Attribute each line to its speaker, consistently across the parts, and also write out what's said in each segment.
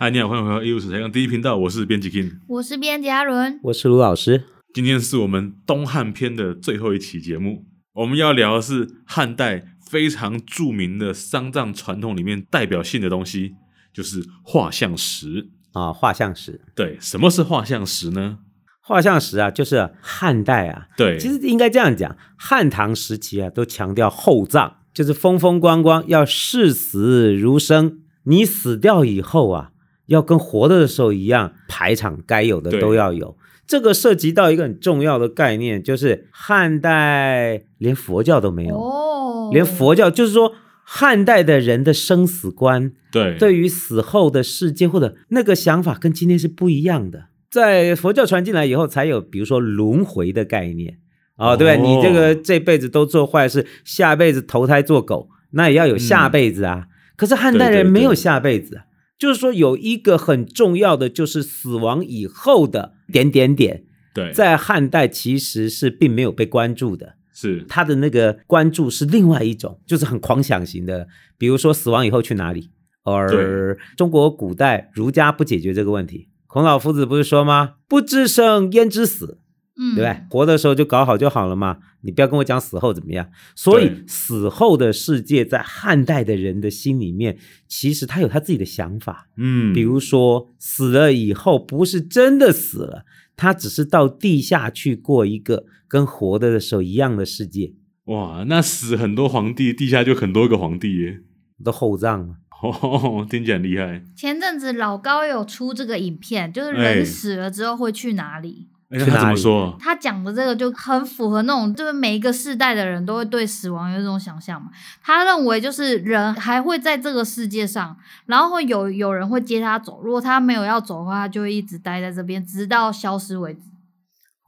Speaker 1: 嗨，你好，欢迎回到一五史台港第一频道，我是编辑 King。
Speaker 2: 我是编辑阿伦，
Speaker 3: 我是卢老师。
Speaker 1: 今天是我们东汉篇的最后一期节目，我们要聊的是汉代非常著名的丧葬传统里面代表性的东西，就是画像石。
Speaker 3: 啊，画像石，
Speaker 1: 对，什么是画像石呢？
Speaker 3: 画像石啊，就是汉代啊，
Speaker 1: 对，
Speaker 3: 其实应该这样讲，汉唐时期啊，都强调厚葬，就是风风光光，要视死如生。你死掉以后啊，要跟活着的时候一样，排场该有的
Speaker 1: 对
Speaker 3: 都要有。这个涉及到一个很重要的概念，就是汉代连佛教都没有，
Speaker 2: 哦，
Speaker 3: 嗯连佛教就是说汉代的人的生死观
Speaker 1: 对，
Speaker 3: 对于死后的世界或者那个想法跟今天是不一样的。在佛教传进来以后，才有比如说轮回的概念哦，
Speaker 1: 哦
Speaker 3: 对吧？你这个这辈子都做坏事，下辈子投胎做狗，那也要有下辈子啊。可是汉
Speaker 1: 对
Speaker 3: 代
Speaker 1: 对嗯
Speaker 3: 人
Speaker 1: 对
Speaker 3: 没有下辈子啊，就是说有一个很重要的，就是死亡以后的点点点，
Speaker 1: 对，
Speaker 3: 在汉代其实是并没有被关注的。
Speaker 1: 是，
Speaker 3: 他的那个关注是另外一种，就是很狂想型的，比如说死亡以后去哪里。而中国古代儒家不解决这个问题，孔老夫子不是说吗？不知生焉知死，
Speaker 2: 嗯，
Speaker 3: 对不对？活的时候就搞好就好了嘛，你不要跟我讲死后怎么样。所以
Speaker 1: 对
Speaker 3: 死后的世界，在汉代的人的心里面，其实他有他自己的想法。
Speaker 1: 嗯，
Speaker 3: 比如说死了以后不是真的死了，他只是到地下去过一个跟活的的时候一样的世界，
Speaker 1: 哇，那死很多皇帝，地下就很多个皇帝耶，
Speaker 3: 都厚葬嘛。
Speaker 1: 哦， 听起来很厉害。
Speaker 2: 前阵子老高有出这个影片，就是
Speaker 1: 哎
Speaker 2: 人死了之后会去哪里。
Speaker 1: 哎，
Speaker 3: 去
Speaker 1: 那他怎
Speaker 3: 哪
Speaker 1: 么
Speaker 3: 里
Speaker 1: 说？
Speaker 2: 他讲的这个就很符合那种，就是每一个世代的人都会对死亡有一种想象嘛。他认为就是人还会在这个世界上，然后会有有人会接他走，如果他没有要走的话，他就会一直待在这边，直到消失为止，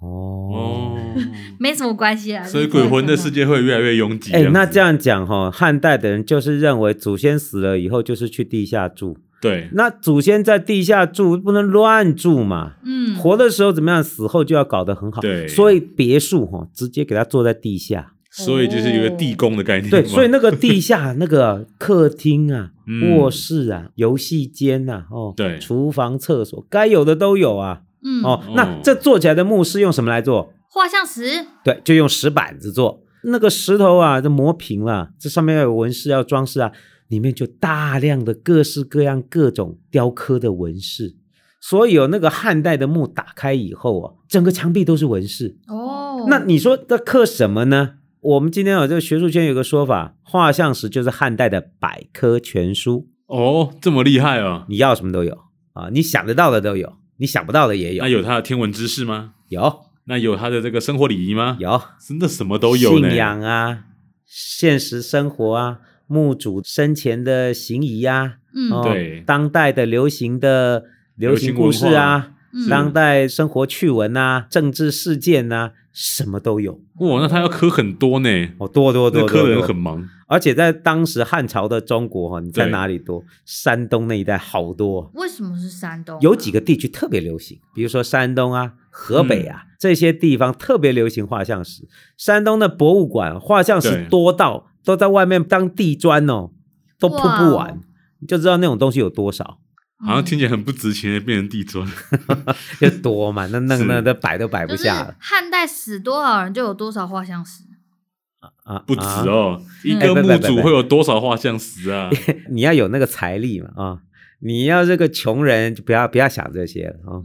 Speaker 3: 哦，
Speaker 1: 哦，
Speaker 2: 没什么关系啊。
Speaker 1: 所以鬼魂的世界会越来越拥挤。
Speaker 3: 哎，那
Speaker 1: 这
Speaker 3: 这
Speaker 1: 样
Speaker 3: 样讲哈、汉代的人就是认为祖先死了以后就是去地下住，
Speaker 1: 子对，
Speaker 3: 那祖先在地下住不能乱住嘛。
Speaker 2: 嗯，
Speaker 3: 活的时候怎么样，死后就要搞得很好。
Speaker 1: 对
Speaker 3: 所以别墅哈、直接给他坐在地下。
Speaker 1: 所以就是有个地宫的概念嘛。
Speaker 3: 对，所以那个 地下那个客厅啊、
Speaker 1: 嗯
Speaker 3: 卧室啊、游戏间呐、哦，
Speaker 1: 对
Speaker 3: 厨房、厕所，该有的都有啊。
Speaker 2: 嗯
Speaker 3: 哦，
Speaker 1: 哦
Speaker 3: 那这做起来的墓室用什么来做？
Speaker 2: 画像石，
Speaker 3: 对，就用石板子做。那个石头啊，这磨平了，这上面要有纹饰，要装饰啊，里面就大量的各式各样、各种雕刻的纹饰。所以有、那个汉代的墓打开以后啊，整个墙壁都是纹饰。
Speaker 2: 哦，
Speaker 3: 那你说这刻什么呢？我们今天啊，这个学术圈有个说法，画像石就是汉代的百科全书，
Speaker 1: 哦，这么厉害啊！
Speaker 3: 你要什么都有啊，你想得到的都有，你想不到的也有
Speaker 1: 那，有他的天文知识吗？
Speaker 3: 有
Speaker 1: 那有他的这个生活礼仪吗？
Speaker 3: 有。
Speaker 1: 真的什么都有呢。
Speaker 3: 信仰啊，现实生活啊，墓主生前的行仪啊，
Speaker 2: 嗯，
Speaker 3: 哦
Speaker 1: 对
Speaker 3: 当代的流行的流行故事啊，
Speaker 2: 流行文化嗯
Speaker 3: 当代生活趣闻啊，政治事件啊，什么都有
Speaker 1: 哇，那他要磕很多呢，
Speaker 3: 哦，多多
Speaker 1: 那
Speaker 3: 多
Speaker 1: 磕
Speaker 3: 多
Speaker 1: 的人
Speaker 3: 多
Speaker 1: 很忙。
Speaker 3: 而且在当时汉朝的中国哈、你在
Speaker 1: 对
Speaker 3: 哪里多？山东那一带好多，
Speaker 2: 为什么是山东啊？
Speaker 3: 有几个地区特别流行，比如说山东啊、河北
Speaker 1: 嗯
Speaker 3: 啊、这些地方特别流行画像石。山东的博物馆画像
Speaker 1: 对
Speaker 3: 石多到都在外面当地砖哦，都铺不
Speaker 2: 哇哦
Speaker 3: 完，你就知道那种东西有多少，
Speaker 1: 好像
Speaker 2: 嗯
Speaker 1: 听起来很不值钱，变成地砖。
Speaker 3: 嗯就多嘛，那那
Speaker 1: 是
Speaker 3: 那都摆都摆
Speaker 2: 就
Speaker 3: 不
Speaker 2: 是
Speaker 3: 下了、
Speaker 2: 汉代死多少人就有多少画像石，
Speaker 3: 啊，
Speaker 1: 不止哦，一
Speaker 2: 嗯
Speaker 1: 个
Speaker 3: 哎不
Speaker 1: 墓
Speaker 3: 不不
Speaker 1: 主
Speaker 3: 不
Speaker 1: 会有多少画像石啊？
Speaker 3: 啊。你要有那个财力嘛啊，你要这个穷人就不要不要想这些了啊
Speaker 2: 嗯。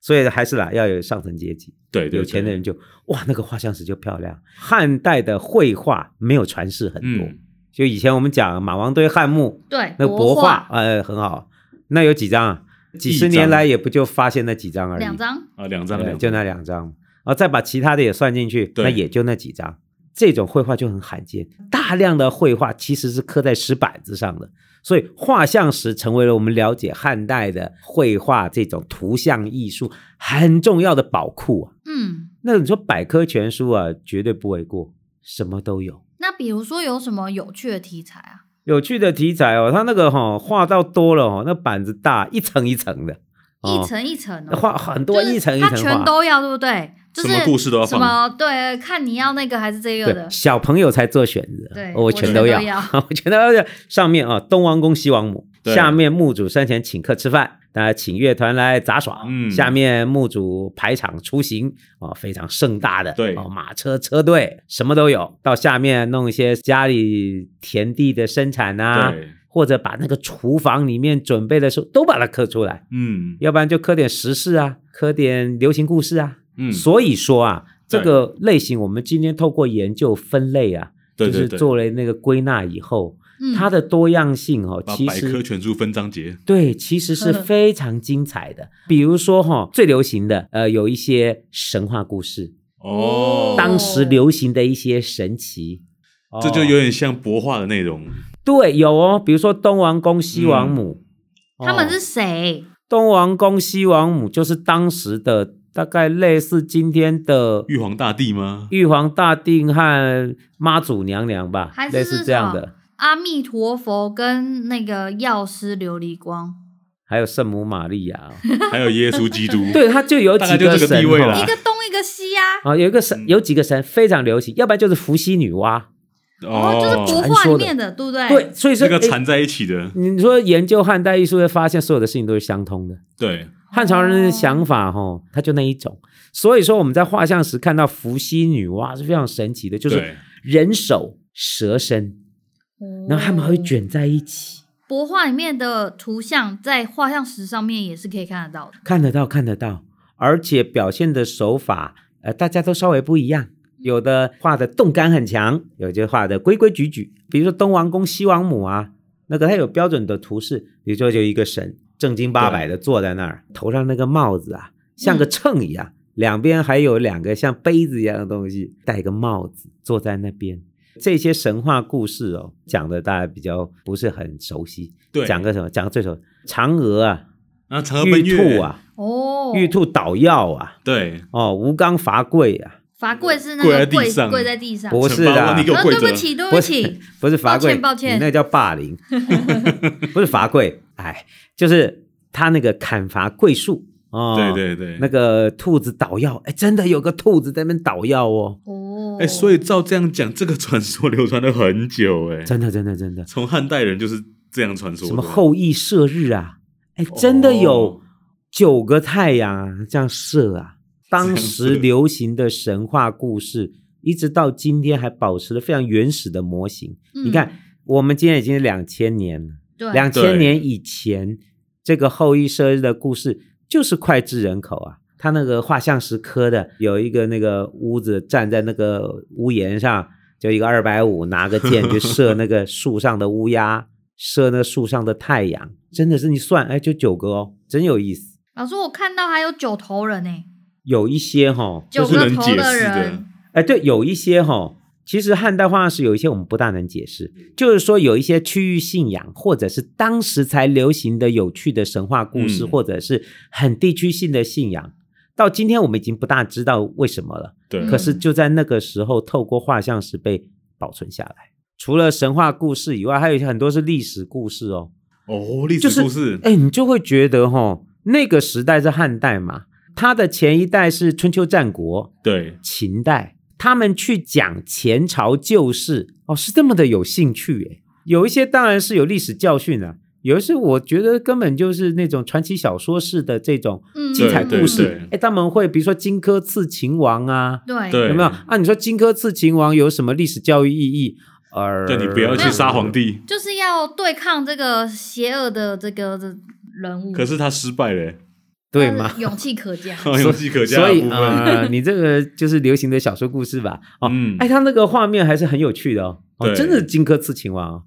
Speaker 3: 所以还是啦，要有上层阶级。
Speaker 1: 对对对，
Speaker 3: 有钱的人就哇，那个画像石就漂亮。汉代的绘画没有传世很多，
Speaker 1: 嗯，
Speaker 3: 就以前我们讲马王堆汉墓
Speaker 2: 对，
Speaker 3: 那个
Speaker 2: 国
Speaker 3: 帛画，呃，很好。那有几张啊？几十
Speaker 1: 一张
Speaker 3: 年来也不就发现那几张而已，
Speaker 2: 两张，
Speaker 1: 啊，两张
Speaker 3: 对，
Speaker 1: 两
Speaker 3: 就
Speaker 1: 张，
Speaker 3: 那两张。然后再把其他的也算进去，
Speaker 1: 对
Speaker 3: 那也就那几张。这种绘画就很罕见，大量的绘画其实是刻在石板子上的，所以画像石成为了我们了解汉代的绘画这种图像艺术很重要的宝库啊。
Speaker 2: 嗯。
Speaker 3: 那你说百科全书啊，绝对不为过，什么都有。
Speaker 2: 那比如说有什么有趣的题材啊？
Speaker 3: 有趣的题材哦，它那个哈、画到多了哦，那板子大，一层一层的，哦
Speaker 2: 一层一层哦，
Speaker 3: 画很多
Speaker 2: 就是
Speaker 3: 一层一层
Speaker 2: 它
Speaker 3: 画，
Speaker 2: 全都要，对不对？就是
Speaker 1: 什么故事都要
Speaker 2: 什
Speaker 1: 放
Speaker 2: 么对，看你要那个还是这个
Speaker 3: 对
Speaker 2: 的，，
Speaker 3: 小朋友才做选择，
Speaker 2: 对
Speaker 3: 哦我
Speaker 2: 我
Speaker 3: 全
Speaker 2: 全
Speaker 3: 都
Speaker 2: 都
Speaker 3: 要，
Speaker 2: 要
Speaker 3: 我全都要。上面啊，东王公西王母，
Speaker 1: 对
Speaker 3: 下面墓主生前请客吃饭，大家请乐团来杂耍，
Speaker 1: 嗯
Speaker 3: 下面墓主排场出行啊、非常盛大的，
Speaker 1: 对
Speaker 3: 哦，马车车队什么都有。到下面弄一些家里田地的生产啊，
Speaker 1: 对，
Speaker 3: 或者把那个厨房里面准备的时候都把它刻出来，
Speaker 1: 嗯
Speaker 3: 要不然就刻点时事啊，刻点流行故事啊，
Speaker 1: 嗯，
Speaker 3: 所以说啊，
Speaker 1: 对
Speaker 3: 这个类型我们今天透过研究分类啊，
Speaker 1: 对
Speaker 3: 就
Speaker 1: 对
Speaker 3: 是
Speaker 1: 对，
Speaker 3: 做了那个归纳以后，
Speaker 2: 嗯，
Speaker 3: 它的多样性哦，
Speaker 1: 把
Speaker 3: 其
Speaker 1: 百科
Speaker 3: 实
Speaker 1: 全书分章节，
Speaker 3: 对，其实是
Speaker 2: 嗯
Speaker 3: 非常精彩的。比如说哈、最流行的呃，有一些神话故事，
Speaker 1: 哦，
Speaker 3: 当时流行的一些神奇，
Speaker 1: 这就
Speaker 3: 哦
Speaker 1: 有点像博化的内容，
Speaker 3: 对有哦，比如说东王公、西
Speaker 1: 嗯
Speaker 3: 王母，
Speaker 2: 他们
Speaker 3: 哦
Speaker 2: 是谁？
Speaker 3: 东王公、西王母，就是当时的大概类似今天的
Speaker 1: 玉皇大帝吗？
Speaker 3: 玉皇大帝和妈祖娘娘吧，
Speaker 2: 还是哦
Speaker 3: 类似这样的，
Speaker 2: 阿弥陀佛跟那个药师琉璃光，
Speaker 3: 还有圣母玛利亚哦、
Speaker 1: 还有耶稣基 督，
Speaker 3: 对，它就有
Speaker 1: 大概
Speaker 3: 几
Speaker 1: 就这个
Speaker 3: 神
Speaker 1: 地位
Speaker 3: 哦
Speaker 1: 啦
Speaker 2: 一个东一个西呀、
Speaker 3: 啊，有一个
Speaker 2: 嗯
Speaker 3: 神，有几个神非常流行，要不然就是伏羲女娲，
Speaker 2: 哦，就是
Speaker 1: 哦，
Speaker 2: 国画里面的，对不对？
Speaker 3: 对，，所以说
Speaker 1: 这个
Speaker 3: 诶
Speaker 1: 缠在一起的，
Speaker 3: 你说研究汉代艺术，会发现所有的事情都是相通
Speaker 2: 哦
Speaker 3: 的。
Speaker 1: 对，
Speaker 3: 汉朝人的想法，哦，他就那一种，所以说我们在画像时看到伏羲女娲是非常神奇的，就是
Speaker 1: 对
Speaker 3: 人手蛇身，
Speaker 2: 哦
Speaker 3: 然后他们还会。卷在一起，
Speaker 2: 国画里面的图像在画像石上面也是可以看得到的。
Speaker 3: 看得到，看得到，而且表现的手法，呃，大家都稍微不
Speaker 1: 嗯
Speaker 3: 一样。有的画的动感很强，有的画的规规矩矩。比如说东王公、西王母啊，那个它有标准的图示，比如说就一个神正经八百的坐在那儿，
Speaker 1: 嗯
Speaker 3: 头上那个帽子啊，像个秤一样，两边还有两个像杯子一样的东西，戴个帽子坐在那边。这些神话故事哦，讲的大家比较不是很熟悉。
Speaker 1: 对
Speaker 3: 讲个什么？讲个最熟，嫦娥啊，
Speaker 1: 然后嫦娥奔
Speaker 3: 玉
Speaker 1: 月
Speaker 3: 兔，啊，
Speaker 2: 哦，
Speaker 3: 玉兔捣药啊，
Speaker 1: 对，
Speaker 3: 哦，吴刚伐桂啊，
Speaker 2: 罚跪是那
Speaker 1: 跪在
Speaker 2: 个
Speaker 1: 地
Speaker 2: 跪
Speaker 1: 上
Speaker 2: 跪在地上。
Speaker 3: 不是
Speaker 1: 惩罚
Speaker 3: 的
Speaker 1: 我你给我
Speaker 2: 啊
Speaker 1: 跪
Speaker 2: 对不
Speaker 1: 着，
Speaker 2: 起，对
Speaker 3: 不
Speaker 2: 起
Speaker 3: 是，不是伐桂，
Speaker 2: 抱歉抱歉
Speaker 3: 你那叫霸 凌，不是伐桂，哎，就是他那个砍伐桂树哦，
Speaker 1: 对对对，
Speaker 3: 那个兔子捣药，哎，真的有个兔子在那边捣药哦，
Speaker 2: 哦，
Speaker 1: 哎，所以照这样讲，这个传说流传了很久，哎，
Speaker 3: 真的真的真的，
Speaker 1: 从汉代人就是这样传说的，
Speaker 3: 什么后羿射日啊，哎，真的有
Speaker 1: 哦
Speaker 3: 九个太阳啊，这样射啊，当时流行的神话故事。一直到今天还保持了非常原始的模型，
Speaker 2: 嗯
Speaker 3: 你看，我们今天已经是两千年了，
Speaker 2: 对，
Speaker 3: 两
Speaker 1: 对
Speaker 3: 千年以前这个后羿射日的故事就是脍炙人口啊。他那个画像石刻的有一个那个屋子站在那个屋檐上，就一个二百五拿个箭去射那个树上的乌鸦，射那树上的太阳，真的是你算哎，就九个哦，真有意思。
Speaker 2: 老师，我看到还有九头人呢，
Speaker 3: 有一些哈、
Speaker 2: 九
Speaker 1: 不
Speaker 2: 个
Speaker 1: 能
Speaker 2: 头
Speaker 1: 解释的
Speaker 2: 人，，
Speaker 3: 哎，对，有一些哈、其实汉代画是有一些我们不大能解释，就是说有一些区域信仰，或者是当时才流行的有趣的神话故事，
Speaker 1: 嗯
Speaker 3: 或者是很地区性的信仰，到今天我们已经不大知道为什么了。
Speaker 1: 对，
Speaker 3: 可是就在那个时候，透过画像石被保存下来。除了神话故事以外，还有一些很多是历史故事哦。
Speaker 1: 哦，历
Speaker 3: 就
Speaker 1: 史
Speaker 3: 是
Speaker 1: 故事，
Speaker 3: 哎，你就会觉得哈、那个时代是汉代嘛，它的前一代是春秋战国，
Speaker 1: 对，
Speaker 3: 秦代，他们去讲前朝旧事哦，是这么的有兴趣诶。有一些当然是有历史教训啊，有一些我觉得根本就是那种传奇小说式的这种
Speaker 2: 嗯
Speaker 3: 精彩
Speaker 1: 对
Speaker 3: 故事。
Speaker 1: 对
Speaker 3: 诶，他们会比如说荆轲刺秦王啊，
Speaker 2: 对
Speaker 1: 对
Speaker 3: 有没有啊？你说荆轲刺秦王有什么历史教育意义？呃，
Speaker 1: 对你不要去杀皇。帝，
Speaker 2: 就是要对抗这个邪恶的这个的人物，
Speaker 1: 可是他失败了，
Speaker 3: 对
Speaker 2: 但是
Speaker 3: 吗？
Speaker 2: 勇气 可嘉，
Speaker 1: 哎勇气可嘉
Speaker 3: 所
Speaker 1: 的
Speaker 3: 以
Speaker 1: 部分，
Speaker 3: 呃， 你这个就是流行的小说故事吧？哦，
Speaker 1: 嗯
Speaker 3: 哎，他那个画面还是很有趣的哦，哦
Speaker 1: 对
Speaker 3: 真的是荆轲刺秦王、哦。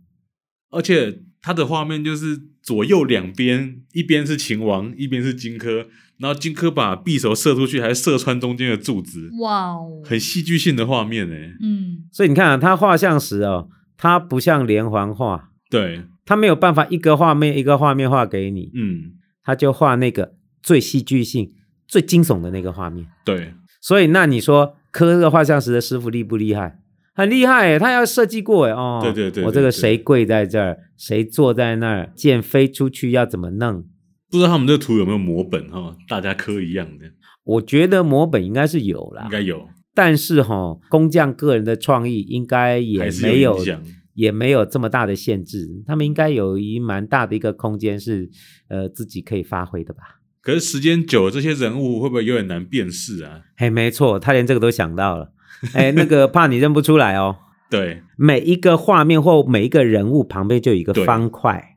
Speaker 1: 而且它的画面就是左右两边，一边是秦王，一边是荆轲，然后荆轲把匕首射出去，还射穿中间的柱子，
Speaker 2: 哇哦，
Speaker 1: 很戏剧性的画面欸诶、
Speaker 2: 嗯，
Speaker 3: 所以你看啊，它画像石哦，它不像连环画，
Speaker 1: 对，
Speaker 3: 它没有办法一个画面一个画面画给你，
Speaker 1: 嗯，
Speaker 3: 它就画那个最戏剧性、最惊悚的那个画面。
Speaker 1: 对，
Speaker 3: 所以那你说刻这个画像石的师傅厉不厉害？很厉害耶，他要设计过哎哦。
Speaker 1: 对对对对
Speaker 3: 我这个谁跪在这儿，谁坐在那儿，箭飞出去要怎么弄？
Speaker 1: 不知道他们这个图有没有模本哈，大家刻一样的，
Speaker 3: 我觉得模本应该是有啦
Speaker 1: 应，该有，
Speaker 3: 但是哈、工匠个人的创意应该也
Speaker 1: 还是
Speaker 3: 没
Speaker 1: 有
Speaker 3: 有
Speaker 1: 影响。
Speaker 3: 也没有这么大的限制，他们应该有一蛮大的一个空间是呃自己可以发挥的吧？
Speaker 1: 可是时间久了，这些人物会不会有点难辨识啊？
Speaker 3: 嘿，没错，他连这个都想到了，哎，那 个怕你认不出来哦。
Speaker 1: 对，
Speaker 3: 每一个画面或每一个人物旁边就有一个
Speaker 1: 对
Speaker 3: 方块，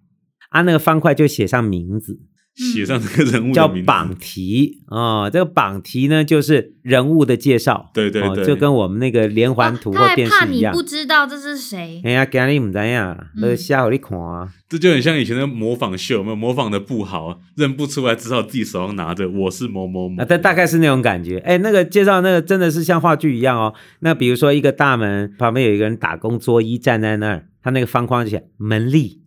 Speaker 3: 啊，那个方块就写上名字，
Speaker 1: 写上这个人物
Speaker 3: 叫
Speaker 1: 的名字
Speaker 3: 榜题啊、哦这个榜题呢，就是人物的介绍，
Speaker 1: 对对对
Speaker 3: 哦，就跟我们那个连环图
Speaker 2: 哦他
Speaker 3: 或
Speaker 2: 还
Speaker 3: 电
Speaker 2: 怕
Speaker 3: 视一
Speaker 2: 你
Speaker 3: 样
Speaker 2: 不。知道这是谁，
Speaker 3: 哎呀，今日唔知呀，
Speaker 2: 嗯
Speaker 3: 都下好你看啊。
Speaker 1: 这就很像以前的模仿秀，有没有模仿的不好，认不出来，只好自己手上拿着我是某某某。
Speaker 3: 啊，但大概是那种感觉。哎，那个介绍那个真的是像话剧一样哦。那比如说一个大门旁边有一个人打工作揖站在那儿，他那个方框就写门立，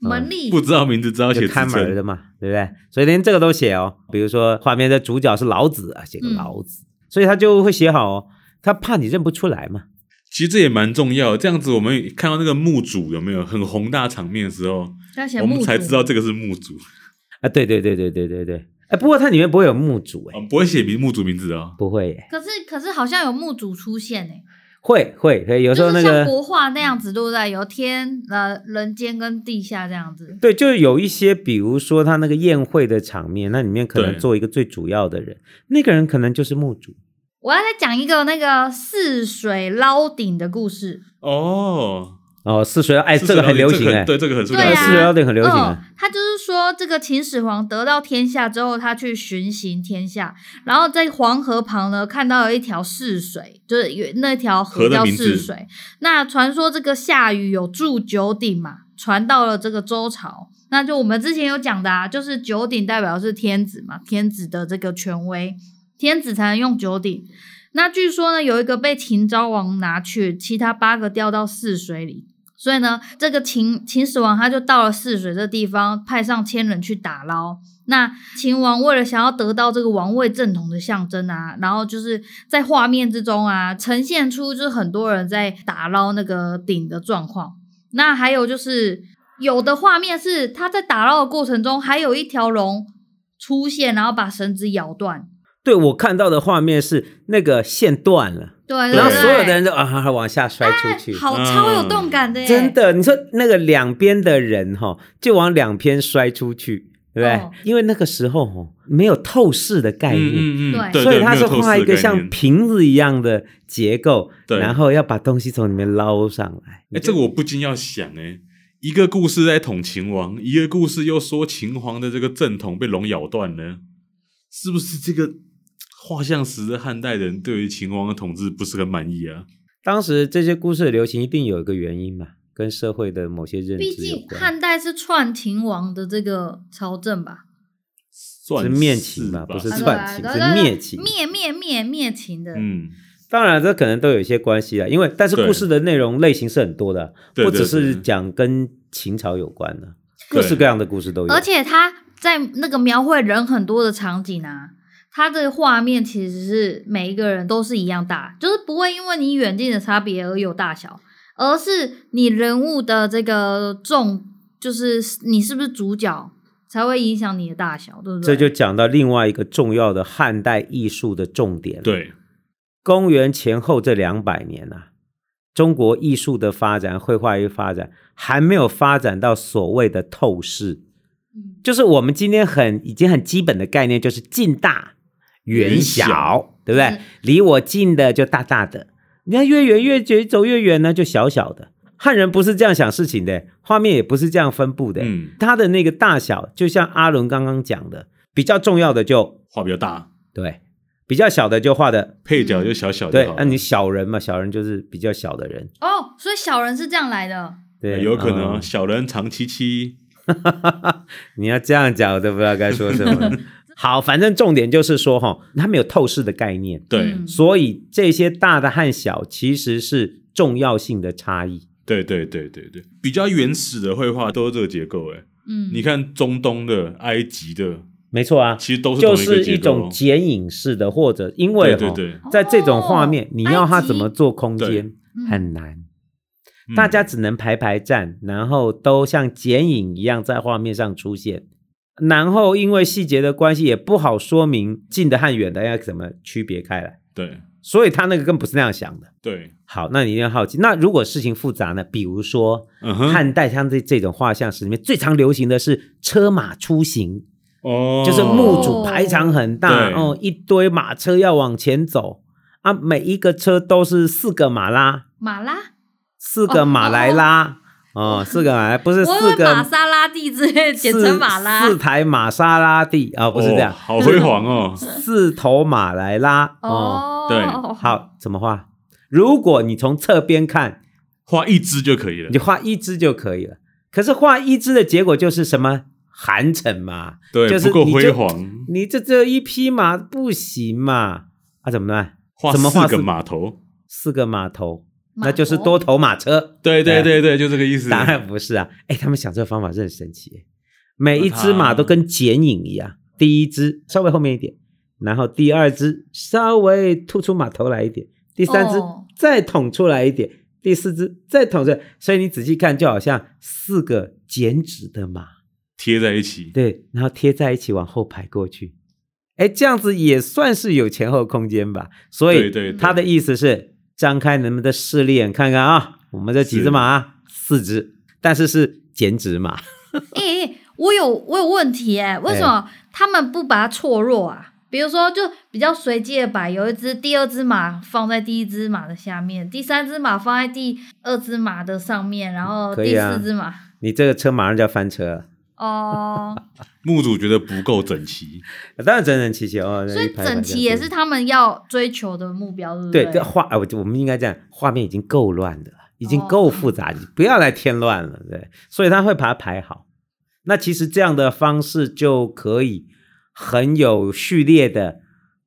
Speaker 2: 门力
Speaker 1: 不知道名字，只好写
Speaker 3: 就
Speaker 1: 职
Speaker 3: 看门儿
Speaker 1: 称。
Speaker 3: 的嘛，对不对？所以连这个都写哦。比如说画面的主角是老子啊，写个
Speaker 2: 嗯
Speaker 3: 老子，所以他就会写好哦。他怕你认不出来嘛。
Speaker 1: 其实这也蛮重要的，这样子我们看到那个墓主有没有很宏大场面的时候，
Speaker 2: 要写
Speaker 1: 我们
Speaker 2: 墓
Speaker 1: 才
Speaker 2: 主
Speaker 1: 知道这个是墓主。
Speaker 3: 啊，对对对对对对对。哎，不过它里面不会有墓主
Speaker 1: 我
Speaker 3: 哎，
Speaker 1: 们哦不会写名墓主名字的哦。
Speaker 3: 不会耶，
Speaker 2: 可是可是好像有墓主出现诶、
Speaker 3: 会会会，有时候那
Speaker 2: 就是像
Speaker 3: 个
Speaker 2: 国画那样子，对不对？有天呃人间跟地下这样子，
Speaker 3: 对，就是有一些，比如说他那个宴会的场面，那里面可能
Speaker 1: 对
Speaker 3: 做一个最主要的人，那个人可能就是墓主。
Speaker 2: 我要再讲一个那个泗水捞鼎的故事。
Speaker 1: 哦，
Speaker 3: 哦，泗水，哎，
Speaker 1: 是啊
Speaker 3: 这个很
Speaker 1: 这
Speaker 3: 流行
Speaker 1: 很
Speaker 3: 哎，
Speaker 1: 对，这个很出
Speaker 2: 对
Speaker 1: 名。
Speaker 2: 啊
Speaker 3: 泗水妖店很流行啊。
Speaker 2: 他就是说，这个秦始皇得到天下之后，他去巡行天下，然后在黄河旁呢，看到有一条泗水，就是有那条
Speaker 1: 河
Speaker 2: 河
Speaker 1: 的
Speaker 2: 叫
Speaker 1: 名字
Speaker 2: 泗水。那传说这个夏禹有铸九鼎嘛，传到了这个周朝。那就我们之前有讲的啊，就是九鼎代表是天子嘛，天子的这个权威，天子才能用九鼎。那据说呢，有一个被秦昭王拿去，其他八个掉到泗水里。所以呢，这个秦秦始皇他就到了泗水这地方，派上千人去打捞。那秦王为了想要得到这个王位正统的象征啊，然后就是在画面之中啊，呈现出就是很多人在打捞那个鼎的状况。那还有就是有的画面是他在打捞的过程中，还有一条龙出现，然后把绳子咬断。
Speaker 3: 对我看到的画面是那个线断了，
Speaker 2: 对对对，啊
Speaker 3: 然后所有的人都啊往下摔出去。
Speaker 2: 好
Speaker 1: 嗯
Speaker 2: 超有动感的耶，
Speaker 3: 真的，你说那个两边的人哈、就往两边摔出去，对不对？
Speaker 2: 哦
Speaker 3: 因为那个时候哈、没有透视的概念，
Speaker 1: 嗯嗯嗯，对，
Speaker 2: 对
Speaker 3: 所以
Speaker 1: 对
Speaker 3: 它
Speaker 1: 没
Speaker 3: 是
Speaker 1: 有透视
Speaker 3: 画一
Speaker 1: 的
Speaker 3: 个
Speaker 1: 概
Speaker 3: 像
Speaker 1: 念
Speaker 3: 瓶子一样的结构，
Speaker 1: 对
Speaker 3: 然后要把东西从里面捞上来。
Speaker 1: 哎、这个我不禁要想哎、一个故事在捅秦王，一个故事又说秦皇的这个正统被龙咬断了，是不是这个画像石的汉代人对于秦王的统治不是很满意啊？
Speaker 3: 当时这些故事的流行一定有一个原因嘛，跟社会的某些认
Speaker 2: 毕
Speaker 3: 知有
Speaker 2: 竟
Speaker 3: 关。
Speaker 2: 汉代是篡秦王的这个朝政吧，
Speaker 1: 算
Speaker 3: 是灭秦
Speaker 1: 吧，
Speaker 3: 吧不是
Speaker 2: 啊
Speaker 3: 篡
Speaker 2: 对吧
Speaker 3: 秦
Speaker 2: 对
Speaker 3: 是
Speaker 2: 对对
Speaker 3: 灭秦
Speaker 2: 灭灭灭灭秦的。
Speaker 1: 嗯，
Speaker 3: 当然，这可能都有一些关系啊，因为但是故事的内容类型是很多的，
Speaker 1: 对
Speaker 3: 不
Speaker 1: 对
Speaker 3: 只是
Speaker 1: 对
Speaker 3: 讲跟秦朝有关的，
Speaker 1: 对
Speaker 3: 各式各样的故事都有。
Speaker 2: 而且他在那个描绘人很多的场景啊，他的画面其实是每一个人都是一样大，就是不会因为你远近的差别而有大小，而是你人物的这个重，就是你是不是主角，才会影响你的大小，对不对？
Speaker 3: 这就讲到另外一个重要的汉代艺术的重点。，
Speaker 1: 对，
Speaker 3: 公元前后这两百年啊，中国艺术的发展、绘画业发展还没有发展到所谓的透视，
Speaker 2: 嗯
Speaker 3: 就是我们今天很已经很基本的概念，就是近大远
Speaker 1: 远
Speaker 3: 小，
Speaker 1: 小
Speaker 3: 对不对
Speaker 2: 嗯？
Speaker 3: 离我近的就大大的，你看越远越觉走越远呢，就小小的。汉人不是这样想事情的，画面也不是这样分布的。
Speaker 1: 嗯，
Speaker 3: 它的那个大小，就像阿伦刚刚讲的，比较重要的就
Speaker 1: 画比较大，
Speaker 3: 对，比较小的就画的
Speaker 1: 配
Speaker 2: 嗯
Speaker 1: 角就小小
Speaker 3: 对
Speaker 1: 的好，了，
Speaker 3: 那你小人嘛，小人就是比较小的人，
Speaker 2: 哦，所以小人是这样来的。
Speaker 3: 对，
Speaker 1: 有可能、啊
Speaker 3: 嗯
Speaker 1: 小人长戚戚，
Speaker 3: 你要这样讲，我都不知道该说什么 了。好，反正重点就是说哈，它没有透视的概念，
Speaker 1: 对、
Speaker 2: 嗯
Speaker 3: 所以这些大的和小其实是重要性的差异。
Speaker 1: 对对对对对，比较原始的绘画都是这个结构哎、
Speaker 2: 嗯，
Speaker 1: 你看中东的、埃及的，
Speaker 3: 没错啊，
Speaker 1: 其实都是同
Speaker 3: 就
Speaker 1: 一个
Speaker 3: 是
Speaker 1: 结
Speaker 3: 一
Speaker 1: 构
Speaker 3: 种
Speaker 1: 哦，
Speaker 3: 哦剪影式的，或者因为
Speaker 1: 对
Speaker 3: 哈
Speaker 1: 对，对，
Speaker 3: 在这种画
Speaker 2: 哦
Speaker 3: 面，你要它怎么做空
Speaker 1: 埃及
Speaker 3: 间
Speaker 2: 嗯
Speaker 3: 很难，
Speaker 1: 嗯
Speaker 3: 大家只能排排站，然后都像剪影一样在画面上出现。然后因为细节的关系，也不好说明近的和远的要怎么区别开来，
Speaker 1: 对
Speaker 3: 所以他那个根本不是那样想的。
Speaker 1: 对，
Speaker 3: 好，那你一定要好奇，那如果事情复杂呢？比如说
Speaker 1: 嗯哼，
Speaker 3: 汉代像这这种画像石里面最常流行的是车马出行，
Speaker 1: 哦，
Speaker 3: 就是墓主排场很大
Speaker 1: 对
Speaker 3: 哦，一堆马车要往前走啊，每一个车都是四个马拉，
Speaker 2: 马拉，
Speaker 3: 四个马来拉哦，四个马来不是
Speaker 2: 我以
Speaker 3: 四
Speaker 2: 为
Speaker 3: 个
Speaker 2: 玛莎拉蒂之类，简称马拉
Speaker 3: 四。四台玛莎拉蒂啊，不是这样
Speaker 1: 哦，好辉煌哦，
Speaker 3: 四头马来拉哦。
Speaker 2: 哦，
Speaker 1: 对
Speaker 3: 好，怎么画？如果你从侧边看，
Speaker 1: 画一只就可以了
Speaker 3: 你，就画一只就可以了。可是画一只的结果就是什么？寒碜嘛，
Speaker 1: 对，
Speaker 3: 就是
Speaker 1: 不够
Speaker 3: 你就
Speaker 1: 辉煌，
Speaker 3: 你这这一匹马不行嘛？啊，怎么办？
Speaker 1: 画
Speaker 3: 怎么画
Speaker 1: 四个
Speaker 3: 四
Speaker 1: 码头，
Speaker 3: 四个码头，
Speaker 2: 马
Speaker 3: 那就是
Speaker 2: 头
Speaker 3: 多头马车。
Speaker 1: 对对
Speaker 3: 哎
Speaker 1: 对对，就这个意思，
Speaker 3: 当然不是啊，哎，他们想这个方法真的神奇，每一只马都跟剪影一样，第一只稍微后面一点，然后第二只稍微突出马头来一点，第三只
Speaker 2: 哦
Speaker 3: 再捅出来一点，第四只再捅出来，所以你仔细看，就好像四个剪纸的马，
Speaker 1: 贴在一起，
Speaker 3: 对，然后贴在一起往后排过去，哎，这样子也算是有前后空间吧。所
Speaker 1: 对
Speaker 3: 以
Speaker 1: 对，对
Speaker 3: 他的意思是张开你们的视力眼看看啊，我们这几只马啊，四只，但是是剪纸马。
Speaker 2: 哎、欸我有我有问题哎、为什么他们不把它错弱啊？比如说，就比较随机的把有一只第二只马放在第一只马的下面，第三只马放在第二只马的上面，然后
Speaker 3: 可
Speaker 2: 第
Speaker 3: 以啊
Speaker 2: 四只 马、
Speaker 3: 你这个车马上就要翻车了，
Speaker 2: 哦，
Speaker 1: 墓主觉得不够整齐，
Speaker 3: 当然整整齐齐哦。
Speaker 2: 所
Speaker 3: 一
Speaker 2: 以
Speaker 3: 排一排
Speaker 2: 整
Speaker 3: 这
Speaker 2: 齐
Speaker 3: 样
Speaker 2: 也
Speaker 3: 子
Speaker 2: 是他们要追求的目标，嗯对不对
Speaker 3: 对，这画啊，我我们应该这样，画面已经够乱的了，已经够
Speaker 2: 哦
Speaker 3: 复杂，你不要来添乱了。对，所以他会把它排好。那其实这样的方式就可以很有序列的、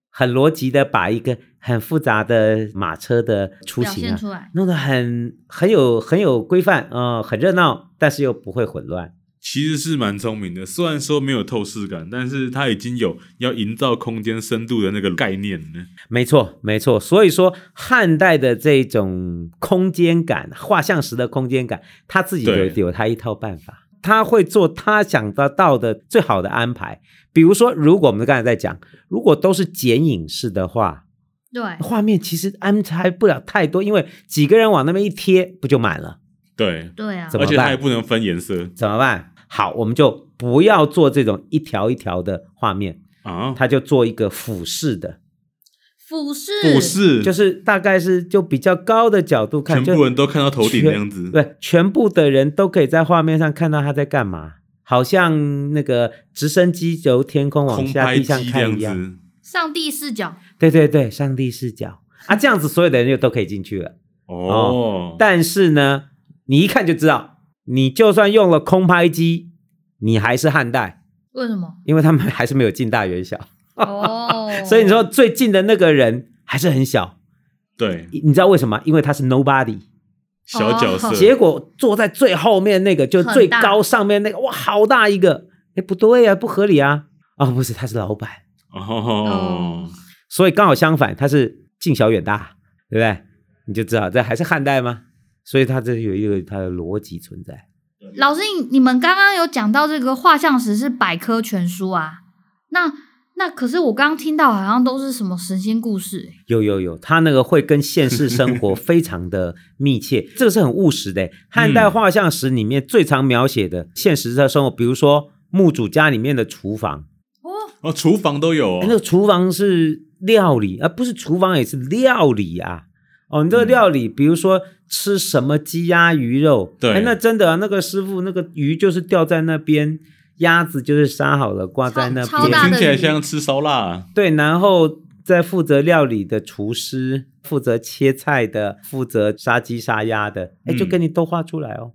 Speaker 3: 很逻辑的把一个很复杂的马车的出
Speaker 2: 表
Speaker 3: 行
Speaker 2: 现
Speaker 3: 啊，
Speaker 2: 出来。
Speaker 3: 弄得很很有很有规范啊、呃很热闹，但是又不会混乱。
Speaker 1: 其实是蛮聪明的，虽然说没有透视感，但是他已经有要营造空间深度的那个概念呢。
Speaker 3: 没错，没错。所以说，汉代的这种空间感、画像石的空间感，他自己有
Speaker 1: 对
Speaker 3: 有他一套办法，他会做他想得到的最好的安排。比如说，如果我们刚才在讲，如果都是剪影式的话，
Speaker 2: 对，
Speaker 3: 画面其实安排不了太多，因为几个人往那边一贴，不就满了？
Speaker 1: 对，
Speaker 2: 对啊
Speaker 3: 怎，么
Speaker 1: 而
Speaker 3: 办
Speaker 1: 且他也不能分颜色
Speaker 3: 怎么办？好，我们就不要做这种一条一条的画面，
Speaker 1: 啊，
Speaker 3: 他就做一个俯视的，
Speaker 2: 俯视，
Speaker 1: 不是，
Speaker 3: 就是大概是就比较高的角度看，
Speaker 1: 全
Speaker 3: 就
Speaker 1: 部人都看到头顶那样子。
Speaker 3: 对，全部的人都可以在画面上看到他在干嘛，好像那个直升机由天空往
Speaker 1: 空
Speaker 3: 下
Speaker 1: 拍
Speaker 3: 地
Speaker 1: 机
Speaker 3: 上
Speaker 1: 这
Speaker 3: 看
Speaker 1: 样
Speaker 3: 一样。
Speaker 1: 子，
Speaker 2: 上帝视角，
Speaker 3: 对对对，上帝视角啊，这样子所有的人就都可以进去了。
Speaker 1: 哦，
Speaker 3: 但是呢，你一看就知道，你就算用了空拍机，你还是汉代，
Speaker 2: 为什 么？
Speaker 3: 因为他们还是没有近大远小，，
Speaker 2: 哦
Speaker 3: 所以你说最近的那个人还是很小，
Speaker 1: 对，
Speaker 3: 你知道为什么？因为他是 nobody。
Speaker 1: 小角色，
Speaker 2: 哦
Speaker 3: 结果坐在最后面那个，就
Speaker 2: 很
Speaker 3: 最
Speaker 2: 大
Speaker 3: 高上面那个，哇，好大一个！哎，不对呀、啊，不合理啊！啊、不是，他是老板，
Speaker 1: 哦，
Speaker 3: 嗯所以刚好相反，他是近小远大，对不对？你就知道这还是汉代吗？所以他这有一个他的逻辑存在。
Speaker 2: 老师，你你们刚刚有讲到这个画像石是百科全书啊，那那可是我刚刚听到好像都是什么神仙故事、欸
Speaker 3: 有有有，他那个会跟现实生活非常的密切， 这个是很务实的。汉代画像石里面最常描写的现实的生活，比如说墓主家里面的厨房，
Speaker 2: 哦，
Speaker 1: 哦，厨房都有
Speaker 3: 欸那个
Speaker 1: 哦，
Speaker 3: 厨房是料理，而、不是厨房也是料理啊。哦，你这个料理，比如说吃什么鸡鸭鱼肉，
Speaker 1: 对
Speaker 3: 欸那真的啊、那个师傅那个鱼就是吊在那边，鸭子就是杀好了挂在那
Speaker 2: 超
Speaker 1: 怎
Speaker 2: 超大
Speaker 1: 么
Speaker 3: 边，
Speaker 1: 听起
Speaker 2: 的
Speaker 1: 来
Speaker 2: 鱼
Speaker 1: 像吃烧腊？
Speaker 3: 对，然后再负责料理的厨师，负责切菜的，负责杀鸡杀鸭的，哎、
Speaker 1: 嗯
Speaker 3: 就给你都画出来哦。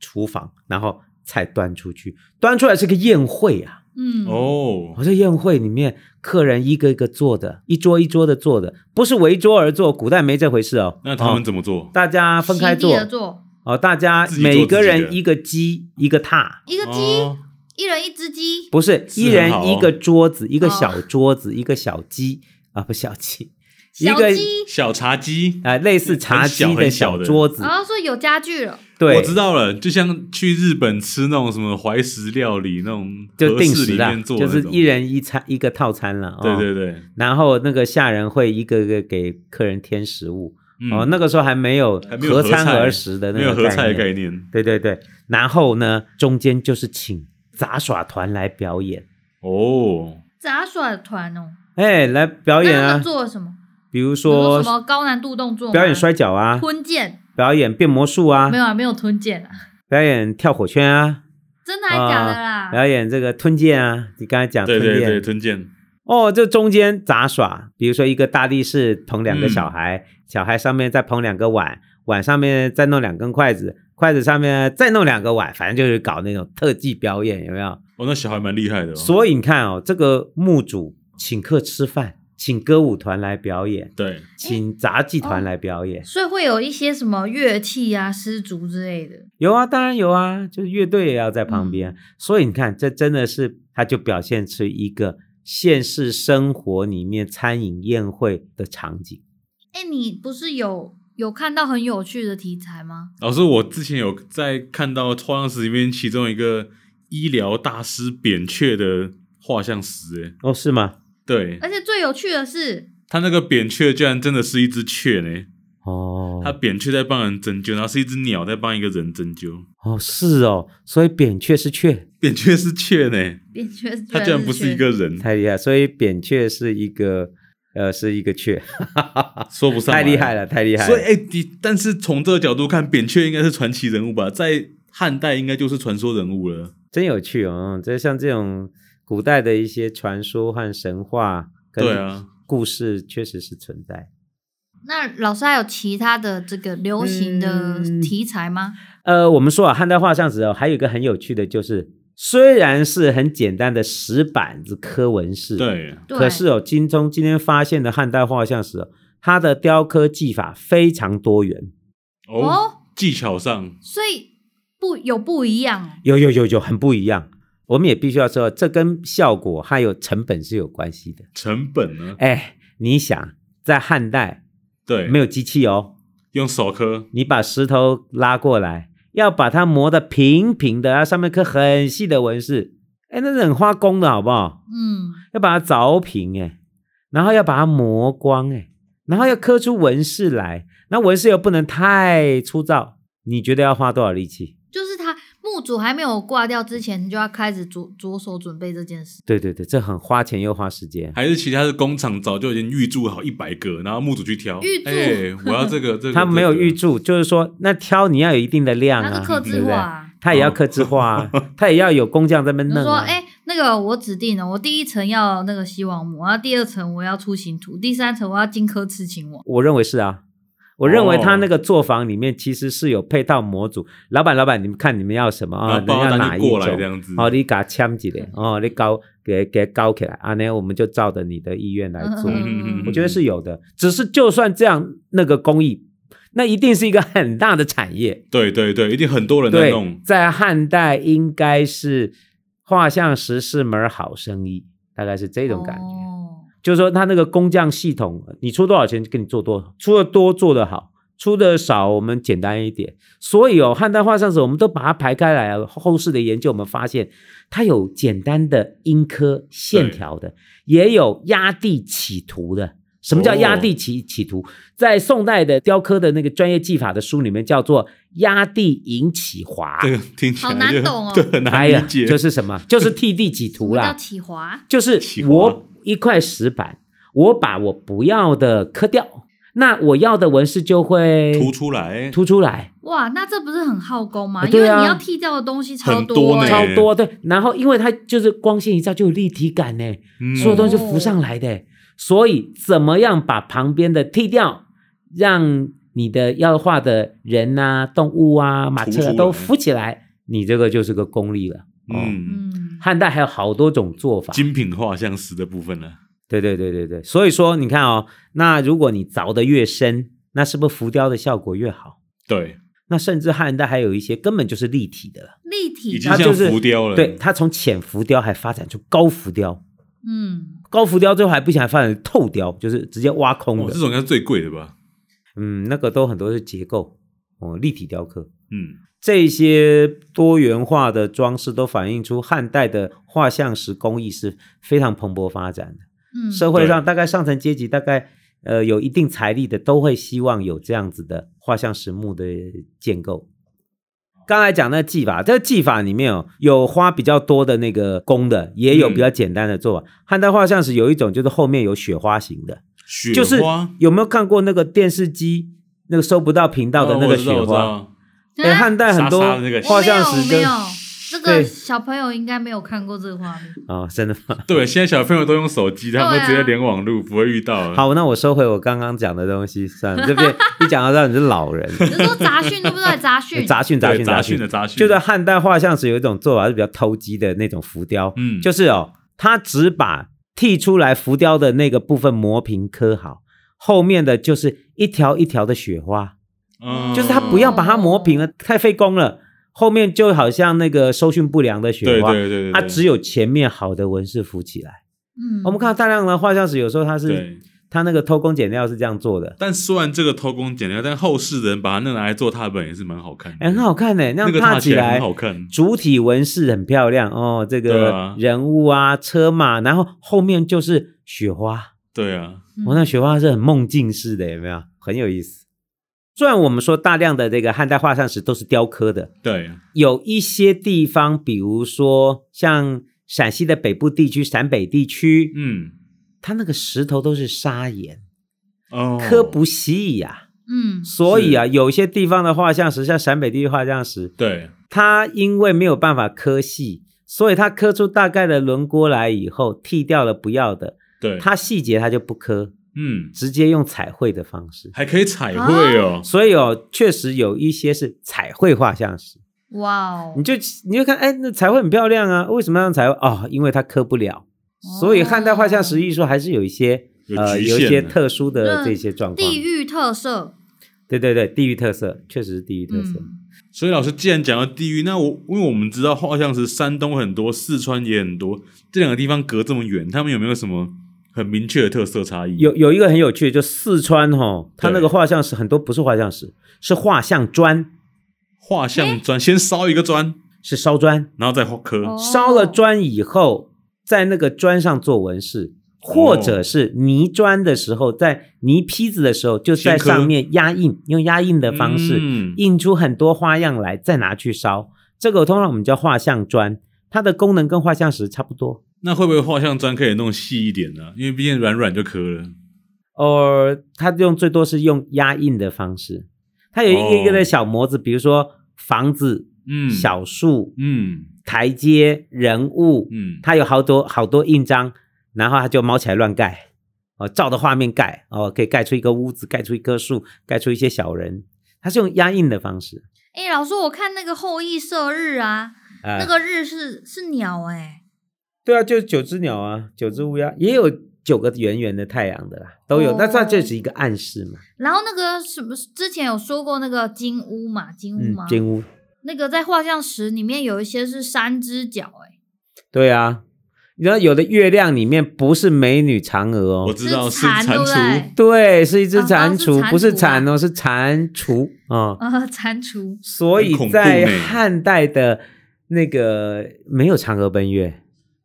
Speaker 3: 厨房，然后菜端出去，端出来是个宴会啊。
Speaker 2: 嗯，
Speaker 1: 哦
Speaker 3: 我，在宴会里面，客人一个一个坐的，一桌一桌的坐的，不是围桌而坐，古代没这回事哦。
Speaker 1: 那他们
Speaker 3: 哦
Speaker 1: 怎么做？
Speaker 3: 大家分开
Speaker 2: 席地
Speaker 3: 坐
Speaker 2: 而坐，
Speaker 3: 哦，大家
Speaker 1: 自己坐
Speaker 3: 每个
Speaker 1: 自己
Speaker 3: 人
Speaker 1: 的
Speaker 3: 一个鸡一个榻，
Speaker 2: 一个鸡，
Speaker 1: 哦
Speaker 2: 一人一只鸡，
Speaker 3: 不是
Speaker 1: 是
Speaker 3: 一人
Speaker 1: 很好哦
Speaker 3: 一个桌子，一个小桌子，一个小鸡啊，不小鸡，一
Speaker 2: 小
Speaker 3: 个
Speaker 2: 鸡，
Speaker 1: 小茶几，
Speaker 3: 啊、类似茶几
Speaker 1: 很小很小
Speaker 3: 小
Speaker 1: 的
Speaker 3: 桌子，
Speaker 2: 哦然后说有家具了，
Speaker 3: 对，
Speaker 1: 我知道了，就像去日本吃那种什么怀石料理那种
Speaker 3: 就
Speaker 1: 和
Speaker 3: 定
Speaker 1: 式
Speaker 3: 时
Speaker 1: 里
Speaker 3: 啦
Speaker 1: 面，做的
Speaker 3: 就
Speaker 1: 那种，
Speaker 3: 是一人一餐一个套餐了。哦、
Speaker 1: 对对对，
Speaker 3: 然后那个下人会一个个给客人添食物。
Speaker 1: 嗯
Speaker 3: 哦，那个时候还没有
Speaker 1: 还没有合
Speaker 3: 餐
Speaker 1: 菜
Speaker 3: 合食的那
Speaker 1: 没有
Speaker 3: 个
Speaker 1: 合菜的概
Speaker 3: 念。
Speaker 1: 念
Speaker 3: 对对对，然后呢，中间就是请杂耍团来表演，
Speaker 1: 哦，
Speaker 2: 杂耍团哦，
Speaker 3: 哎，来表
Speaker 2: 那
Speaker 3: 演
Speaker 2: 他
Speaker 3: 啊
Speaker 2: 们，做了什么？
Speaker 3: 比如
Speaker 2: 有没有
Speaker 3: 说
Speaker 2: 什么高难度动作吗？
Speaker 3: 表演摔跤啊，
Speaker 2: 吞剑，
Speaker 3: 表演变魔术啊
Speaker 2: 没，有啊，没有吞剑啊，
Speaker 3: 表演跳火圈啊，
Speaker 2: 真的还假的
Speaker 3: 啊
Speaker 2: 啦？
Speaker 3: 表演这个吞剑啊，你刚才讲
Speaker 1: 对
Speaker 3: 吞
Speaker 1: 对对，
Speaker 3: 剑
Speaker 1: 吞剑，
Speaker 3: 哦，这中间杂耍，比如说一个大力士捧两个
Speaker 1: 嗯
Speaker 3: 小孩，小孩上面再捧两个碗，碗上面再弄两根筷子，筷子上面再弄两个碗，反正就是搞那种特技表演，有没有？
Speaker 1: 哦，那小孩蛮厉害的、哦，
Speaker 3: 所以你看哦，这个墓主请客吃饭，请歌舞团来表演，
Speaker 1: 对，
Speaker 3: 请杂技团来表
Speaker 1: 哦
Speaker 3: 演，
Speaker 2: 所以会有一些什么乐器啊、丝竹之类的。
Speaker 3: 有啊，当然有啊，就是乐队也要在旁边。
Speaker 1: 嗯
Speaker 3: 所以你看，这真的是它就表现出一个现实生活里面餐饮宴会的场景。
Speaker 2: 哎、你不是有有看到很有趣的题材吗？
Speaker 1: 老师，我之前有在看到《花样石》里面其中一个医疗大师扁鹊的画像石，哎，
Speaker 3: 哦，是吗？
Speaker 1: 对
Speaker 2: 而且最有趣的是，
Speaker 1: 他那个扁鹊居然真的是一只雀呢，
Speaker 3: 哦，
Speaker 1: 他扁鹊在帮人针灸，然后是一只鸟在帮一个人针灸，
Speaker 3: 哦是哦，所以扁鹊是雀，
Speaker 1: 扁鹊是雀呢，
Speaker 2: 扁 鹊
Speaker 1: 他居然不是一个人，
Speaker 3: 太厉害，所以扁鹊是一个呃是一个 雀，
Speaker 1: 说不上来
Speaker 3: 太厉害。了，太厉害
Speaker 1: 所以
Speaker 3: 了。
Speaker 1: 哎，你、但是从这个角度看，扁鹊应该是传奇人物吧，在汉代应该就是传说人物了。
Speaker 3: 真有趣哦，这像这种古代的一些传说和神话，
Speaker 1: 对啊，
Speaker 3: 故事确实是存在。
Speaker 2: 那老师还有其他的这个流行的
Speaker 3: 嗯
Speaker 2: 题材吗？
Speaker 3: 呃，我们说啊，汉代画像石哦，还有一个很有趣的就是，虽然是很简单的石板子刻纹饰，，
Speaker 1: 对，
Speaker 2: 对，
Speaker 3: 可是哦，金从今天发现的汉代画像石、哦，它的雕刻技法非常多元，
Speaker 1: 哦，
Speaker 2: 哦
Speaker 1: 技巧上，
Speaker 2: 所以不有不一样哦
Speaker 3: 有有有有很不一样。我们也必须要说，这跟效果还有成本是有关系的。
Speaker 1: 成本呢？
Speaker 3: 哎，你想，在汉代
Speaker 1: 对，
Speaker 3: 没有机器哦，
Speaker 1: 用手磕，
Speaker 3: 你把石头拉过来，要把它磨得平平的，啊然后上面刻很细的纹饰，哎，那是很花工的好不好？
Speaker 2: 嗯，
Speaker 3: 要把它凿平哎，然后要把它磨光哎，然后要刻出纹饰来，那纹饰又不能太粗糙，你觉得要花多少力气？
Speaker 2: 就是他墓主还没有挂掉之前，就要开始着着手准备这件事。
Speaker 3: 对对对，这很花钱又花时间。
Speaker 1: 还是其他的工厂早就已经预注好一百个，然后墓主去挑，
Speaker 2: 预注
Speaker 1: 哎、我要这 个这个，
Speaker 3: 他没有
Speaker 1: 这个
Speaker 3: 预，注，就是说那挑你要有一定的量
Speaker 2: 他
Speaker 3: 啊，
Speaker 2: 是刻
Speaker 3: 对
Speaker 2: 字
Speaker 3: 不
Speaker 2: 化
Speaker 3: 对？
Speaker 2: 啊、
Speaker 3: 他也要刻字化、啊，他也要有工匠在那边
Speaker 2: 就
Speaker 3: 弄、
Speaker 2: 说，
Speaker 3: 啊。
Speaker 2: 哎、那个我指定了，我第一层要那个西王母，然后第二层我要出行图，第三层我要荆轲刺秦王。
Speaker 3: 我认为是啊，我认为他
Speaker 1: 哦
Speaker 3: 那个作坊里面其实是有配套模组。老板，老板，你们看你们要什么
Speaker 1: 然
Speaker 3: 啊？
Speaker 1: 后
Speaker 3: 人
Speaker 1: 包
Speaker 3: 家
Speaker 1: 单
Speaker 3: 哪一
Speaker 1: 就过
Speaker 3: 种？
Speaker 1: 来这样子，
Speaker 3: 哦，你给他签一个，哦，你搞给给搞起来，啊，那我们就照着你的意愿来做。
Speaker 1: 嗯
Speaker 3: 我觉得是有的，只是就算这样，那个工艺，那一定是一个很大的产业。
Speaker 1: 嗯对对对，一定很多人在
Speaker 3: 对
Speaker 1: 弄，，
Speaker 3: 在汉代应该是画像石是门好生意，大概是这种感觉。
Speaker 2: 哦
Speaker 3: 就是说，他那个工匠系统，你出多少钱给你做多少，出的多做的好，出的少我们简单一点。所以哦，汉代画像石我们都把它排开来了。后世的研究我们发现，它有简单的阴刻线条的，也有压地起图的。什么叫压地起、起图？在宋代的雕刻的那个专业技法的书里面叫做压地引起划。
Speaker 1: 这个听起来
Speaker 2: 好 难
Speaker 1: 就
Speaker 2: 懂哦
Speaker 1: 对，很难
Speaker 3: 哎
Speaker 1: 理
Speaker 3: 呀，
Speaker 1: 解，
Speaker 3: 就是什么？就是替地起
Speaker 2: 什
Speaker 3: 图
Speaker 2: 么
Speaker 3: 啦。
Speaker 2: 叫启华？
Speaker 3: 就是
Speaker 1: 起滑
Speaker 3: 我一块石板，我把我不要的磕掉，那我要的纹饰就会
Speaker 1: 凸出来，
Speaker 3: 凸出来，
Speaker 2: 哇，那这不是很耗工吗？
Speaker 3: 哎
Speaker 2: 因为
Speaker 3: 对啊
Speaker 2: 你要剃掉的东西超
Speaker 1: 很多呢
Speaker 2: 欸
Speaker 3: 超多啊对。然后因为它就是光线一照就有立体感呢，
Speaker 1: 嗯
Speaker 3: 所有东西浮上来的，所以怎么样把旁边的剃掉，让你的要画的人啊、动物啊、马
Speaker 1: 凸出
Speaker 3: 车啊
Speaker 1: 来
Speaker 3: 都浮起来，你这个就是个功力了。哦，
Speaker 1: 嗯，
Speaker 2: 嗯，
Speaker 3: 汉代还有好多种做法，
Speaker 1: 精品画像石的部分了。
Speaker 3: 对对对对对，所以说你看哦，那如果你凿得越深，那是不是浮雕的效果越
Speaker 2: 嗯
Speaker 3: 好？
Speaker 1: 对，
Speaker 3: 那甚至汉代还有一些根本就是立体的了，
Speaker 2: 立体
Speaker 1: 已
Speaker 2: 的
Speaker 1: 经
Speaker 3: 它
Speaker 1: 像
Speaker 3: 就是
Speaker 1: 浮雕了。
Speaker 3: 对，它从浅浮雕还发展出高浮雕，
Speaker 2: 嗯，
Speaker 3: 高浮雕最后还不行，还发展透雕，就是直接挖空
Speaker 1: 哦，
Speaker 3: 的
Speaker 1: 这。种应该是最贵的吧？
Speaker 3: 嗯，那个都很多是结构哦，立体雕刻。
Speaker 1: 嗯，
Speaker 3: 这些多元化的装饰都反映出汉代的画像石工艺是非常蓬勃发展的。
Speaker 2: 嗯，
Speaker 3: 社会上
Speaker 1: 对
Speaker 3: 大概上层阶级大概呃有一定财力的，都会希望有这样子的画像石墓的建构。刚才讲那技法，这个技法里面哦，有花比较多的那个工的，也
Speaker 1: 嗯
Speaker 3: 有比较简单的做法。汉代画像石有一种就是后面有雪花型的，
Speaker 1: 雪
Speaker 3: 就是
Speaker 1: 花哦
Speaker 3: 有没有看过那个电视机那个收不到频道的那个雪
Speaker 1: 哦我知道我知
Speaker 3: 花？
Speaker 1: 道
Speaker 3: 对，
Speaker 2: 啊
Speaker 3: 汉代很多
Speaker 1: 沙沙的那个
Speaker 3: 哎画像石
Speaker 2: 我没
Speaker 3: 就
Speaker 2: 有我没有这个
Speaker 3: 对
Speaker 2: 小朋友应该没有看过这个画面。
Speaker 3: 哦，真的吗？
Speaker 1: 对，现在小朋友都用手机，他们
Speaker 2: 对啊
Speaker 1: 直接连网路，不会遇到啊了。
Speaker 3: 好，那我收回我刚刚讲的东西，算了，这 边一讲到这儿你是老人，
Speaker 2: 你是说杂讯对不对？杂讯，
Speaker 3: 哎杂讯杂
Speaker 1: 对
Speaker 3: 讯
Speaker 1: 杂
Speaker 3: 讯
Speaker 1: 讯的杂讯，
Speaker 3: 就在汉代画像石有一种做法是比较偷鸡的那种浮雕，
Speaker 1: 嗯，
Speaker 3: 就是哦，他只把剔出来浮雕的那个部分磨平刻好，后面的就是一条一条的雪花，
Speaker 1: 嗯
Speaker 3: 就是他不要把它磨平了，太费工了。后面就好像那个收讯不良的雪
Speaker 1: 对
Speaker 3: 花，
Speaker 1: 对对对，
Speaker 3: 它只有前面好的纹饰浮起来。
Speaker 2: 嗯，
Speaker 3: 我们看到大量的画像石，有时候它是
Speaker 1: 对。
Speaker 3: 它那个偷工减料是这样做的，
Speaker 1: 但虽然这个偷工减料，但后世的人把它那拿来做踏板也是蛮好看的，
Speaker 3: 哎，很好看呢、那
Speaker 1: 那
Speaker 3: 样
Speaker 1: 个
Speaker 3: 踏
Speaker 1: 踏
Speaker 3: 起来
Speaker 1: 很好看，
Speaker 3: 主体纹饰很漂亮哦，这
Speaker 1: 对
Speaker 3: 个
Speaker 1: 啊
Speaker 3: 人物啊、车马，然后后面就是雪花，
Speaker 1: 对啊，
Speaker 2: 嗯
Speaker 3: 我、那雪花是很梦境式的，有没有？很有意思。虽然我们说大量的这个汉代画像石都是雕刻的，
Speaker 1: 对，啊
Speaker 3: 有一些地方，比如说像陕西的北部地区、陕北地区，
Speaker 1: 嗯，
Speaker 3: 它那个石头都是砂岩，
Speaker 1: 哦，
Speaker 3: 刻不细呀、
Speaker 2: 嗯
Speaker 3: 所以啊，有些地方的画像石，像陕北地区画像石，
Speaker 1: 对，
Speaker 3: 它因为没有办法刻细，所以它刻出大概的轮廓来以后，剃掉了不要的，
Speaker 1: 对，
Speaker 3: 它细节它就不刻，
Speaker 1: 嗯，
Speaker 3: 直接用彩绘的方式。
Speaker 1: 还可以彩绘哦，
Speaker 2: 啊
Speaker 3: 所以哦，确实有一些是彩绘画像石，
Speaker 2: 哇哦
Speaker 3: 你，就你就看，哎，那彩绘很漂亮啊，为什么要用彩绘？哦，因为它刻不了，
Speaker 2: 哦
Speaker 3: 所以汉代画像石艺术还是有一些
Speaker 1: 有
Speaker 3: 呃
Speaker 1: 局
Speaker 3: 有
Speaker 1: 限
Speaker 3: 一些
Speaker 1: 的
Speaker 3: 特殊的这些状况
Speaker 2: 嗯地。域特色，
Speaker 3: 对对对，地域特色确实是地域特色。
Speaker 2: 嗯，
Speaker 1: 所以老师，既然讲到地域，那我因为我们知道画像石山东很多，四川也很多，这两个地方隔这么远，他们有没有什么很明确的特色差异？
Speaker 3: 有有一个很有趣的，就四川哈、它那个
Speaker 1: 对
Speaker 3: 画像石很多不是画像石，是画像砖，
Speaker 1: 画像砖，先烧一个砖，
Speaker 3: 是烧砖。
Speaker 1: 然后再画刻。
Speaker 2: 哦
Speaker 3: 烧了砖以后，在那个砖上做纹
Speaker 1: 哦
Speaker 3: 饰，或者是泥砖的时候，在泥坯子的时候，就在
Speaker 1: 先刻
Speaker 3: 上面压印，用压印的方式、
Speaker 1: 嗯
Speaker 3: 印出很多花样来，再拿去烧。这个通常我们叫画像砖，它的功能跟画像石差不多。
Speaker 1: 那会不会画像砖可以弄细一点呢、因为毕竟软软就刻了。
Speaker 3: 呃，它用最多是用压印的方式，它有一个一个的
Speaker 1: 哦
Speaker 3: 小模子，比如说房子、
Speaker 1: 嗯，
Speaker 3: 小树、
Speaker 1: 嗯
Speaker 3: 台阶、人物，
Speaker 1: 嗯，
Speaker 3: 它有好多好多印章，然后它就毛起来乱盖，哦，照着画面盖，哦，可以盖出一个屋子，盖出一棵树，盖出一些小人，它是用压印的方式，
Speaker 2: 哎，老师，我看那个后羿射日啊，
Speaker 3: 啊、
Speaker 2: 那个日是是鸟哎，
Speaker 3: 对啊，就是九只鸟啊，九只乌鸦，也有九个圆圆的太阳的啦，都有，
Speaker 2: 哦
Speaker 3: 那它这只是一个暗示嘛，
Speaker 2: 然后那个什么之前有说过那个金乌嘛，金乌
Speaker 3: 嗯
Speaker 2: 嘛，，
Speaker 3: 金屋，
Speaker 2: 那个在画像石里面有一些是三只脚哎，
Speaker 3: 对啊，然后有的月亮里面不是美女嫦娥
Speaker 1: 我
Speaker 3: 哦。
Speaker 1: 知道
Speaker 2: 是
Speaker 1: 是
Speaker 2: 蟾
Speaker 1: 蟾
Speaker 2: 对不
Speaker 1: 蜍
Speaker 2: 对，
Speaker 3: 对，是一只
Speaker 2: 啊
Speaker 3: 蟾
Speaker 2: 刚是
Speaker 3: 蜍，
Speaker 2: 蟾
Speaker 3: 不是
Speaker 2: 蜍啊
Speaker 3: 蟾哦，是蟾蜍啊。哦
Speaker 2: 呃，蟾蜍，
Speaker 3: 所以
Speaker 1: 很恐怖
Speaker 3: 在
Speaker 1: 呢
Speaker 3: 汉代的那个没有嫦娥奔月，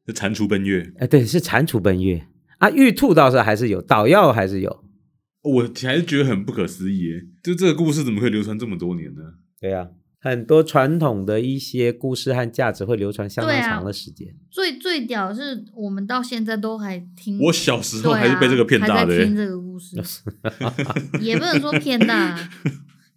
Speaker 1: 是蟾蜍奔月。
Speaker 3: 呃，对，是蟾蜍奔月啊，玉兔倒是还是有，捣药还是有。
Speaker 1: 哦我还是觉得很不可思议耶，就这个故事怎么可以流传这么多年呢？
Speaker 3: 对啊，很多传统的一些故事和价值会流传相当
Speaker 2: 对啊
Speaker 3: 长的时间。
Speaker 2: 最最屌的是我们到现在都还听，
Speaker 1: 我小时候
Speaker 2: 对
Speaker 1: 还是被这个骗
Speaker 2: 啊、
Speaker 1: 大
Speaker 2: 还
Speaker 1: 的欸
Speaker 2: 在听
Speaker 1: 耶。
Speaker 2: 这个 故事，也不能说骗大，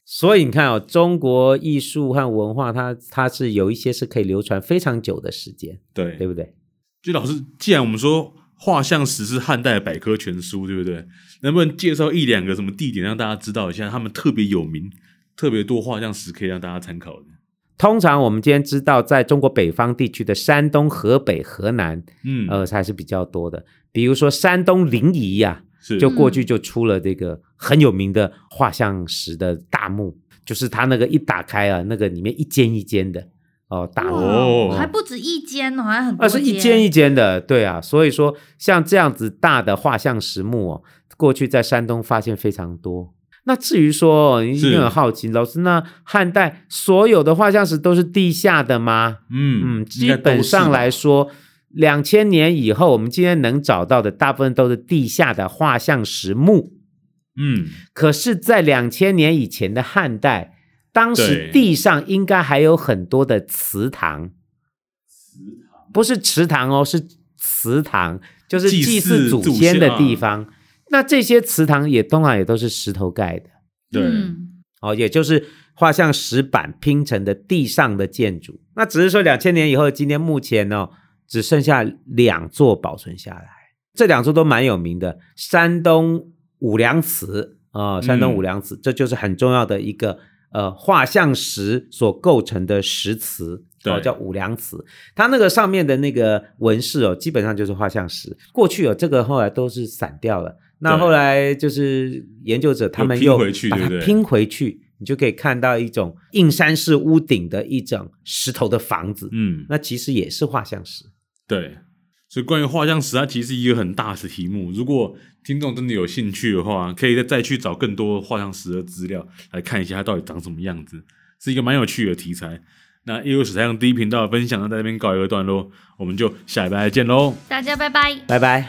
Speaker 3: 所以你看哦，中国艺术和文化它，它是有一些是可以流传非常久的时间，
Speaker 1: 对
Speaker 3: 对不对？
Speaker 1: 就老师，既然我们说画像石是汉代的百科全书，对不对？能不能介绍一两个什么地点让大家知道一下，他们特别有名、特别多画像石可以让大家参考的？
Speaker 3: 通常我们今天知道，在中国北方地区的山东、河北、河南，
Speaker 1: 嗯，
Speaker 3: 呃，还是比较多的。比如说山东临沂呀、
Speaker 1: 是
Speaker 3: 就过
Speaker 2: 嗯
Speaker 3: 去就出了这个很有名的画像石的大墓，就是它那个一打开啊，那个里面一间一间的哦大
Speaker 2: 哇
Speaker 3: 墓，
Speaker 1: 哦
Speaker 2: 还不止一间哦，还很多
Speaker 3: 啊那是一间
Speaker 2: 一
Speaker 3: 一间的，对啊，所以说像这样子大的画像石墓哦，过去在山东发现非常多。那至于说，你一
Speaker 1: 是
Speaker 3: 定很好奇，老师，那汉代所有的画像石都是地下的吗？
Speaker 1: 嗯
Speaker 3: 嗯，基本上来
Speaker 1: 说，
Speaker 3: 说，两千年以后，我们今天能找到的大部分都是地下的画像石墓。
Speaker 1: 嗯，
Speaker 3: 可是，在两千年以前的汉代，当
Speaker 1: 对
Speaker 3: 时地上应该还有很多的祠堂，不是池塘哦，是祠堂，就是
Speaker 1: 祭
Speaker 3: 祭
Speaker 1: 祀
Speaker 3: 祀祖
Speaker 1: 祖
Speaker 3: 先的
Speaker 1: 先
Speaker 3: 地
Speaker 1: 啊
Speaker 3: 方。那这些祠堂也通常也都是石头盖的
Speaker 1: 对，
Speaker 2: 嗯
Speaker 3: 哦，也就是画像石板拼成的地上的建筑。那只是说两千年以后，今天目前呢、只剩下两座保存下来，这两座都蛮有名的，山东五粮祠啊、山
Speaker 1: 嗯
Speaker 3: 东五粮祠，这就是很重要的一个呃画像石所构成的石祠。哦，
Speaker 1: 对
Speaker 3: 叫五粮祠，它那个上面的那个纹饰哦，基本上就是画像石。过去哦，这个后来都是散掉了。那
Speaker 1: 对
Speaker 3: 后来就是研究者他们
Speaker 1: 拼
Speaker 3: 又
Speaker 1: 回去
Speaker 3: 把
Speaker 1: 对
Speaker 3: 它
Speaker 1: 不对
Speaker 3: 拼回去，你就可以看到一种映山式屋顶的一种石头的房子，
Speaker 1: 嗯，
Speaker 3: 那其实也是画像石。
Speaker 1: 对。所以关于画像石，它其实是一个很大的题目。如果听众真的有兴趣的话，可以再再去找更多画像石的资料来看一下它到底长什么样子，是一个蛮有趣的题材。那业务史上第一频道的分享呢，在这边告一个段落，我们就下礼拜再见喽。
Speaker 2: 大家拜拜。
Speaker 3: 拜拜。